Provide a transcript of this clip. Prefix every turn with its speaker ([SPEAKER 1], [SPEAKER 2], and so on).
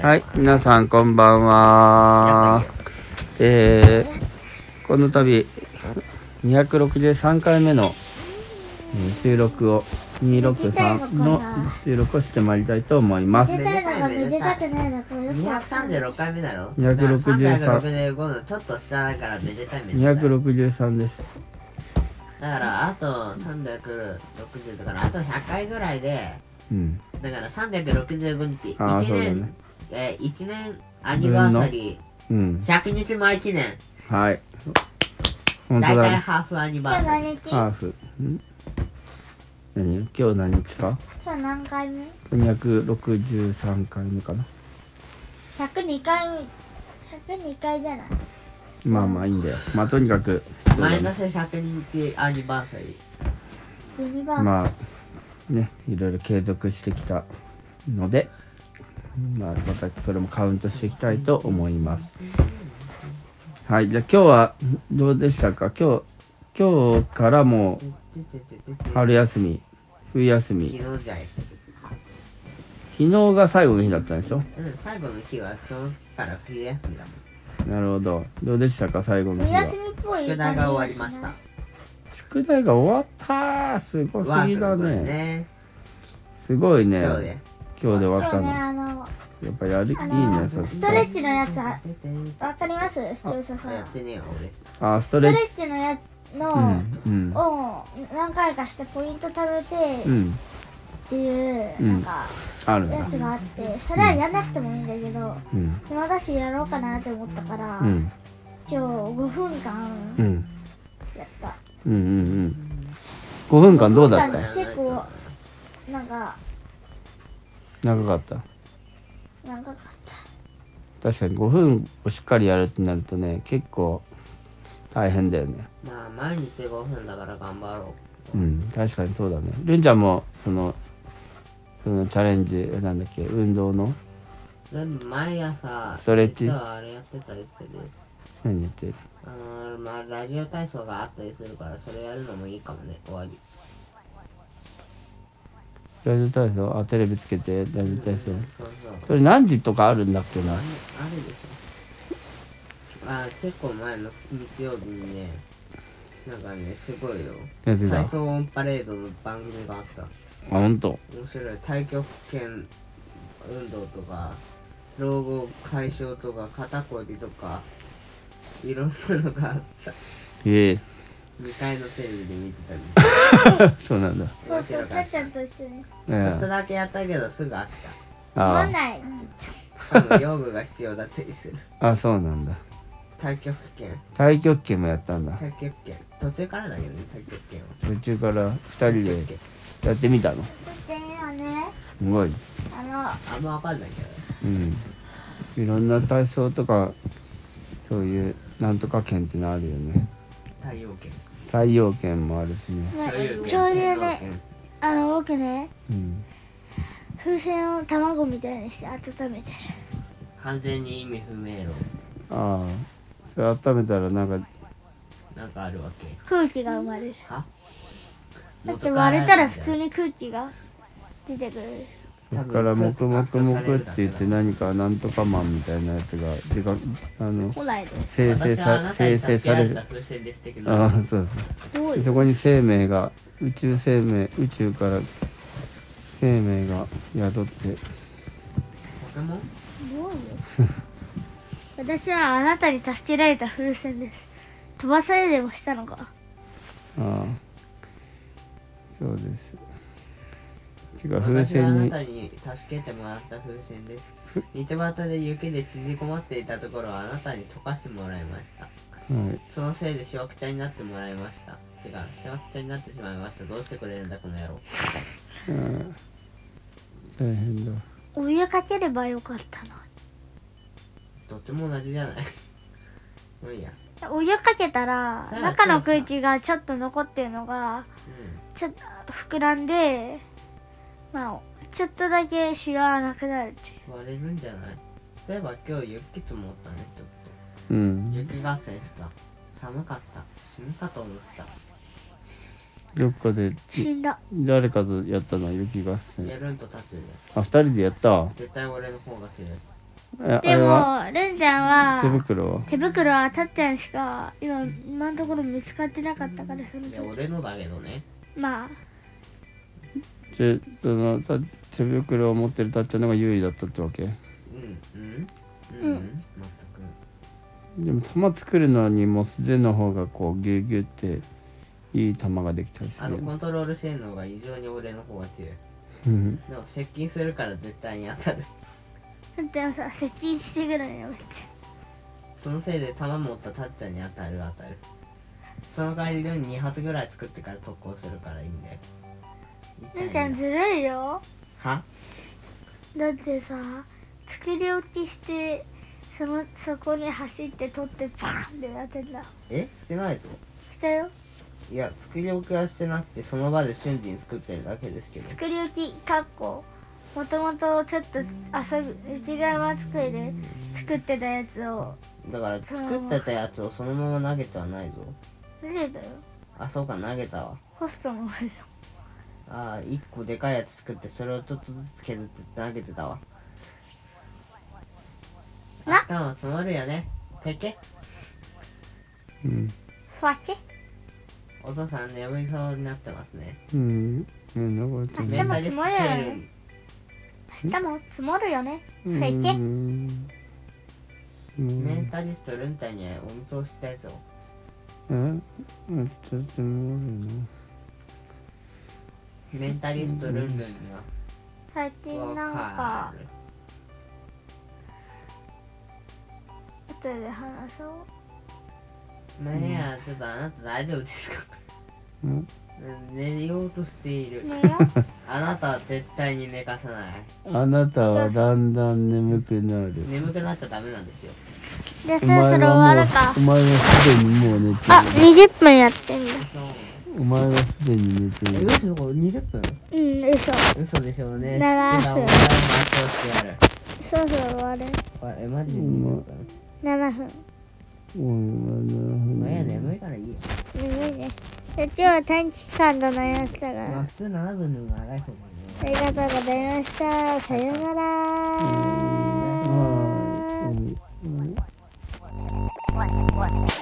[SPEAKER 1] はい、皆さんこんばんは。えーこの度263回目のえー収録を263の収録をしてまいりたいと思います。
[SPEAKER 2] 出たいのか出たくないのかよくわかんない
[SPEAKER 3] 236回目だろ
[SPEAKER 1] 263
[SPEAKER 3] 365のちょっと下だからめでたいめでたい
[SPEAKER 1] 263です。
[SPEAKER 3] だからあと360だからあと100回ぐらいで
[SPEAKER 1] うん。
[SPEAKER 3] だから365日
[SPEAKER 1] あー
[SPEAKER 3] 1
[SPEAKER 1] そうだ
[SPEAKER 3] 年、
[SPEAKER 1] ね
[SPEAKER 3] えー、1年アニバーサリ
[SPEAKER 1] うん
[SPEAKER 3] ー。100日も1年
[SPEAKER 1] はい。本
[SPEAKER 3] だ
[SPEAKER 1] 当
[SPEAKER 3] いたい
[SPEAKER 1] だ。
[SPEAKER 3] ハーフアニ
[SPEAKER 2] 今
[SPEAKER 3] バー
[SPEAKER 2] 日
[SPEAKER 3] サリー
[SPEAKER 2] 何日
[SPEAKER 1] ハー
[SPEAKER 2] 今
[SPEAKER 1] フ。ん何今日何日か
[SPEAKER 2] 日何回目
[SPEAKER 1] ?263 回目かな。
[SPEAKER 2] ?102 回目102回じゃない
[SPEAKER 1] まあまあいいんだよ。まあとにかく。そうだ
[SPEAKER 3] マ
[SPEAKER 1] ね
[SPEAKER 3] イナス100日アニバーサリー
[SPEAKER 2] ユニバーサル、
[SPEAKER 1] まあねいろいろ継続してきたので、まあ、またそれもカウントしていきたいと思いますはいじゃあ今日はどうでしたか今日今日からもう春休み冬休み
[SPEAKER 3] 昨日じゃい
[SPEAKER 1] 昨日が最後の日だったんでしょ
[SPEAKER 3] うん最後の日は今日から冬休みだもん
[SPEAKER 1] なるほどどうでしたか最後の
[SPEAKER 2] お
[SPEAKER 1] 日は
[SPEAKER 2] 休みっぽい
[SPEAKER 3] 宿題が終わりました
[SPEAKER 1] 宿題が終わったーすごす
[SPEAKER 3] ワー
[SPEAKER 1] ぎ
[SPEAKER 3] ク
[SPEAKER 1] だ
[SPEAKER 3] の分
[SPEAKER 1] ね
[SPEAKER 3] ね
[SPEAKER 1] すごいね
[SPEAKER 3] 今日で
[SPEAKER 1] 今日で終わ
[SPEAKER 2] 今
[SPEAKER 1] っ
[SPEAKER 2] 日
[SPEAKER 1] たの
[SPEAKER 2] ね
[SPEAKER 1] や
[SPEAKER 2] あの
[SPEAKER 1] っぱやるいい
[SPEAKER 2] あの
[SPEAKER 1] ねそ
[SPEAKER 2] ス
[SPEAKER 1] し
[SPEAKER 2] ト
[SPEAKER 1] た
[SPEAKER 2] レ
[SPEAKER 1] ら
[SPEAKER 2] ッチのやつはわかります視聴者さん
[SPEAKER 3] や
[SPEAKER 2] ス
[SPEAKER 3] ってねえよ
[SPEAKER 1] あスト
[SPEAKER 2] ト
[SPEAKER 1] レ
[SPEAKER 2] レ
[SPEAKER 1] ッチ
[SPEAKER 2] ッチのやつの、
[SPEAKER 1] うんうん
[SPEAKER 2] を何回かしてポイント貯めて
[SPEAKER 1] う
[SPEAKER 2] っ
[SPEAKER 1] ん
[SPEAKER 2] ていう、
[SPEAKER 1] うん
[SPEAKER 2] なんか
[SPEAKER 1] あるん
[SPEAKER 2] や
[SPEAKER 1] だ
[SPEAKER 2] つがあってそれはやんなくてもいいんだけど
[SPEAKER 1] うん
[SPEAKER 2] 暇だしやろうかなって思ったから、
[SPEAKER 1] うん
[SPEAKER 2] 今日5分
[SPEAKER 1] う
[SPEAKER 2] 間
[SPEAKER 1] ん
[SPEAKER 2] やった、
[SPEAKER 1] うんうん5分間どうだっ
[SPEAKER 2] 五分間
[SPEAKER 1] た
[SPEAKER 2] 結構なんか
[SPEAKER 1] 長かった
[SPEAKER 2] なんか
[SPEAKER 1] 確かに5分をしっかりやるってなるとね結構大変だよね
[SPEAKER 3] 俺まあ毎日5分だから頑張ろ
[SPEAKER 1] うん確かにそうだねるんちゃんもそのそのチャレンジなんだっけ運動の
[SPEAKER 3] うでも毎朝
[SPEAKER 1] ストレッチ
[SPEAKER 3] 実はあれやってたりする
[SPEAKER 1] 何言ってる
[SPEAKER 3] あのまあラジオ体操があったりするからそれやるのもいいかもね終わり
[SPEAKER 1] ラジオ体操あテレビつけてラジオ体操
[SPEAKER 3] そうそう
[SPEAKER 1] それ何時とかあるんだっけ
[SPEAKER 3] あ
[SPEAKER 1] な
[SPEAKER 3] れあるでしょあ結構前の日曜日にねなんかねすごいよ
[SPEAKER 1] やってた
[SPEAKER 3] 体
[SPEAKER 1] あ
[SPEAKER 3] 操オンパレードの番組があった
[SPEAKER 1] 本当
[SPEAKER 3] 面白い太極拳運動とか老後解消とか肩こりとかいろんなのがあった
[SPEAKER 1] ええ
[SPEAKER 3] 2階のテレビで見てたり
[SPEAKER 1] そうなんだ
[SPEAKER 2] そうそう
[SPEAKER 3] 面白
[SPEAKER 2] ち
[SPEAKER 3] か
[SPEAKER 2] ゃ
[SPEAKER 3] っ
[SPEAKER 2] っちゃんと一緒に
[SPEAKER 1] え
[SPEAKER 3] たちょっと
[SPEAKER 1] え
[SPEAKER 3] だけやったけどすぐ飽き
[SPEAKER 2] つま
[SPEAKER 1] あ
[SPEAKER 2] んない
[SPEAKER 3] たしかも用具が必要だったりする
[SPEAKER 1] あそうなんだ
[SPEAKER 3] 太極拳
[SPEAKER 1] 太極拳もやったんだ
[SPEAKER 3] 太極拳途中からだけどね太極拳は
[SPEAKER 1] 途中から2人でやってみたの
[SPEAKER 2] で今ね
[SPEAKER 1] すごい
[SPEAKER 2] あの
[SPEAKER 3] あんま分かんないけどね
[SPEAKER 1] うんいろんな体操とかそういうなんとか拳ってのあるよね
[SPEAKER 3] 太陽拳
[SPEAKER 1] 太陽拳もあるしね
[SPEAKER 2] ね恐竜ね
[SPEAKER 3] ね
[SPEAKER 2] あの僕ね
[SPEAKER 1] うん
[SPEAKER 2] 風船を卵みたいにして温めてる
[SPEAKER 3] 完全に意味不明の
[SPEAKER 1] ああそれ温めたらなんか
[SPEAKER 3] なんかあるわけ
[SPEAKER 2] 空気が生まれる
[SPEAKER 3] は
[SPEAKER 2] だって割れたら普通に空気が出てくる
[SPEAKER 1] そっから「もくもくもく」って言って何かなんとかマンみたいなやつがでかあの
[SPEAKER 2] 来ないです
[SPEAKER 1] 生成さ生成されるああそうそう
[SPEAKER 2] どう
[SPEAKER 1] で
[SPEAKER 2] いう
[SPEAKER 1] そこに生命が宇宙生命宇宙から生命が宿って
[SPEAKER 3] ポケモン
[SPEAKER 2] どういう私はあなたに助けられた風船です飛ばされでもしたのか
[SPEAKER 1] ああそうですてか風
[SPEAKER 3] 私はあ
[SPEAKER 1] 船
[SPEAKER 3] な
[SPEAKER 1] に
[SPEAKER 3] たに助けてもらった風船です道端で雪で縮こまっていたところをあなたに溶かしてもらいました
[SPEAKER 1] はい、
[SPEAKER 3] そのせいでしわくちゃになってもらいましたてかしわくちゃになってしまいましたどうしてくれるんだこの野郎
[SPEAKER 1] うん、大変だ
[SPEAKER 2] お湯かければよかったの
[SPEAKER 3] どっちも同じじゃない もういいや
[SPEAKER 2] お湯かけたら
[SPEAKER 3] そう
[SPEAKER 2] 中の空気がちょっと残ってるのがちょっと膨らんでまあちょっとだけシワがなくなるっていう
[SPEAKER 3] うん割れるんじゃないそういえば今日雪積もったねちょっ
[SPEAKER 1] う
[SPEAKER 3] と
[SPEAKER 1] ん
[SPEAKER 3] 雪合戦した寒かった死ぬかと思った
[SPEAKER 1] どっかで
[SPEAKER 2] 死んだ
[SPEAKER 1] 誰かとやったの雪合戦
[SPEAKER 3] やるんと立つで
[SPEAKER 1] あ二人でやった
[SPEAKER 3] 絶対俺の方が強い
[SPEAKER 1] ああ
[SPEAKER 2] で
[SPEAKER 1] れは
[SPEAKER 2] もルンちゃんは
[SPEAKER 1] 手袋は
[SPEAKER 2] 手袋はたっちゃんしか今今のところ見つかってなかったからその
[SPEAKER 3] いや
[SPEAKER 2] 時
[SPEAKER 3] 俺のだけどね
[SPEAKER 2] まあ
[SPEAKER 1] でそのた手袋を持ってるたっちゃんの方が有利だったってわけ
[SPEAKER 3] うんうんうん、
[SPEAKER 2] う
[SPEAKER 3] 全く
[SPEAKER 1] でも弾作るのにも素手の方がこうギュウギュウっていい弾ができたりす
[SPEAKER 3] あ
[SPEAKER 1] る
[SPEAKER 3] の
[SPEAKER 1] よね
[SPEAKER 3] コントロール性能が異常に俺の方が強い
[SPEAKER 1] うん
[SPEAKER 3] でも接近するから絶対に当たる
[SPEAKER 2] だってさ接近してくるのよめっち
[SPEAKER 3] そのせいで弾持ったタッチャに当たる当たるその代わりで2発ぐらい作ってから特攻するからいいんだよ
[SPEAKER 2] ゃルンちゃ
[SPEAKER 3] 痛い
[SPEAKER 2] ん
[SPEAKER 3] な
[SPEAKER 2] ずるいよ
[SPEAKER 3] は
[SPEAKER 2] だってさ作り置きしてそのそこに走って取ってバーンってやってんだ
[SPEAKER 3] えしてないと
[SPEAKER 2] したよ
[SPEAKER 3] いや作り置きはしてなくてその場で瞬時に作ってるだけですけど
[SPEAKER 2] 作り置きかっこもともとちょっと遊ぶ内側机で作ってたやつを
[SPEAKER 3] だから
[SPEAKER 2] そう
[SPEAKER 3] 作ってたやつをそのまま投げてはないぞ
[SPEAKER 2] 見れたよ
[SPEAKER 3] あそうか投げたわ
[SPEAKER 2] ホストの方で
[SPEAKER 3] ああ1個でかいやつ作ってそれをちょっとずつ削って投げてたわ
[SPEAKER 2] な
[SPEAKER 3] 頭は詰まるよねペケ
[SPEAKER 1] うん
[SPEAKER 2] ファケ
[SPEAKER 3] お父さん眠りそうになってますね
[SPEAKER 1] うんなんだこれ
[SPEAKER 2] 明
[SPEAKER 3] メ
[SPEAKER 2] 日
[SPEAKER 3] ン
[SPEAKER 2] も
[SPEAKER 3] タリスト
[SPEAKER 2] 詰ま
[SPEAKER 3] テ
[SPEAKER 2] るよ
[SPEAKER 3] ー
[SPEAKER 2] ね明日も積もるよね
[SPEAKER 1] う
[SPEAKER 2] フェイケ
[SPEAKER 1] んう
[SPEAKER 3] ルメン
[SPEAKER 1] ん
[SPEAKER 3] タリストルンタにお見通ししたやつを
[SPEAKER 1] うんうんちょっとも
[SPEAKER 3] メンタリストルンルンには
[SPEAKER 2] 最近なんか
[SPEAKER 3] る
[SPEAKER 2] 後で話そう
[SPEAKER 3] まあいやちょっとあなた大丈夫ですか
[SPEAKER 1] うね
[SPEAKER 3] 寝ようとしている
[SPEAKER 2] ね え
[SPEAKER 3] あなたは絶対に寝かさない
[SPEAKER 1] うんあなたはだんだん眠くなる
[SPEAKER 3] 眠くなっちゃダメなんですよ
[SPEAKER 2] じゃあそ
[SPEAKER 1] お
[SPEAKER 2] ろそ
[SPEAKER 1] 前
[SPEAKER 2] ろ終わる
[SPEAKER 1] は
[SPEAKER 2] か
[SPEAKER 1] もうお前はすでにもう寝て
[SPEAKER 2] あ20分やってんだ
[SPEAKER 3] そう
[SPEAKER 1] るお前はすでに寝てる
[SPEAKER 3] 嘘20分
[SPEAKER 2] うん嘘
[SPEAKER 3] 嘘でしょうね
[SPEAKER 2] 長く
[SPEAKER 3] てかお前は回してやる
[SPEAKER 2] そろそろ終わる
[SPEAKER 3] わえマジで20分
[SPEAKER 2] 7分
[SPEAKER 1] お前は
[SPEAKER 3] まあいや
[SPEAKER 1] ね
[SPEAKER 3] 眠いからいいよ
[SPEAKER 2] 眠いねで今日は短期間となりましたが、
[SPEAKER 3] まあ普通7分でも長い方がい
[SPEAKER 2] ありがとうございました。さようなら。
[SPEAKER 1] はいうんうん
[SPEAKER 4] What? What?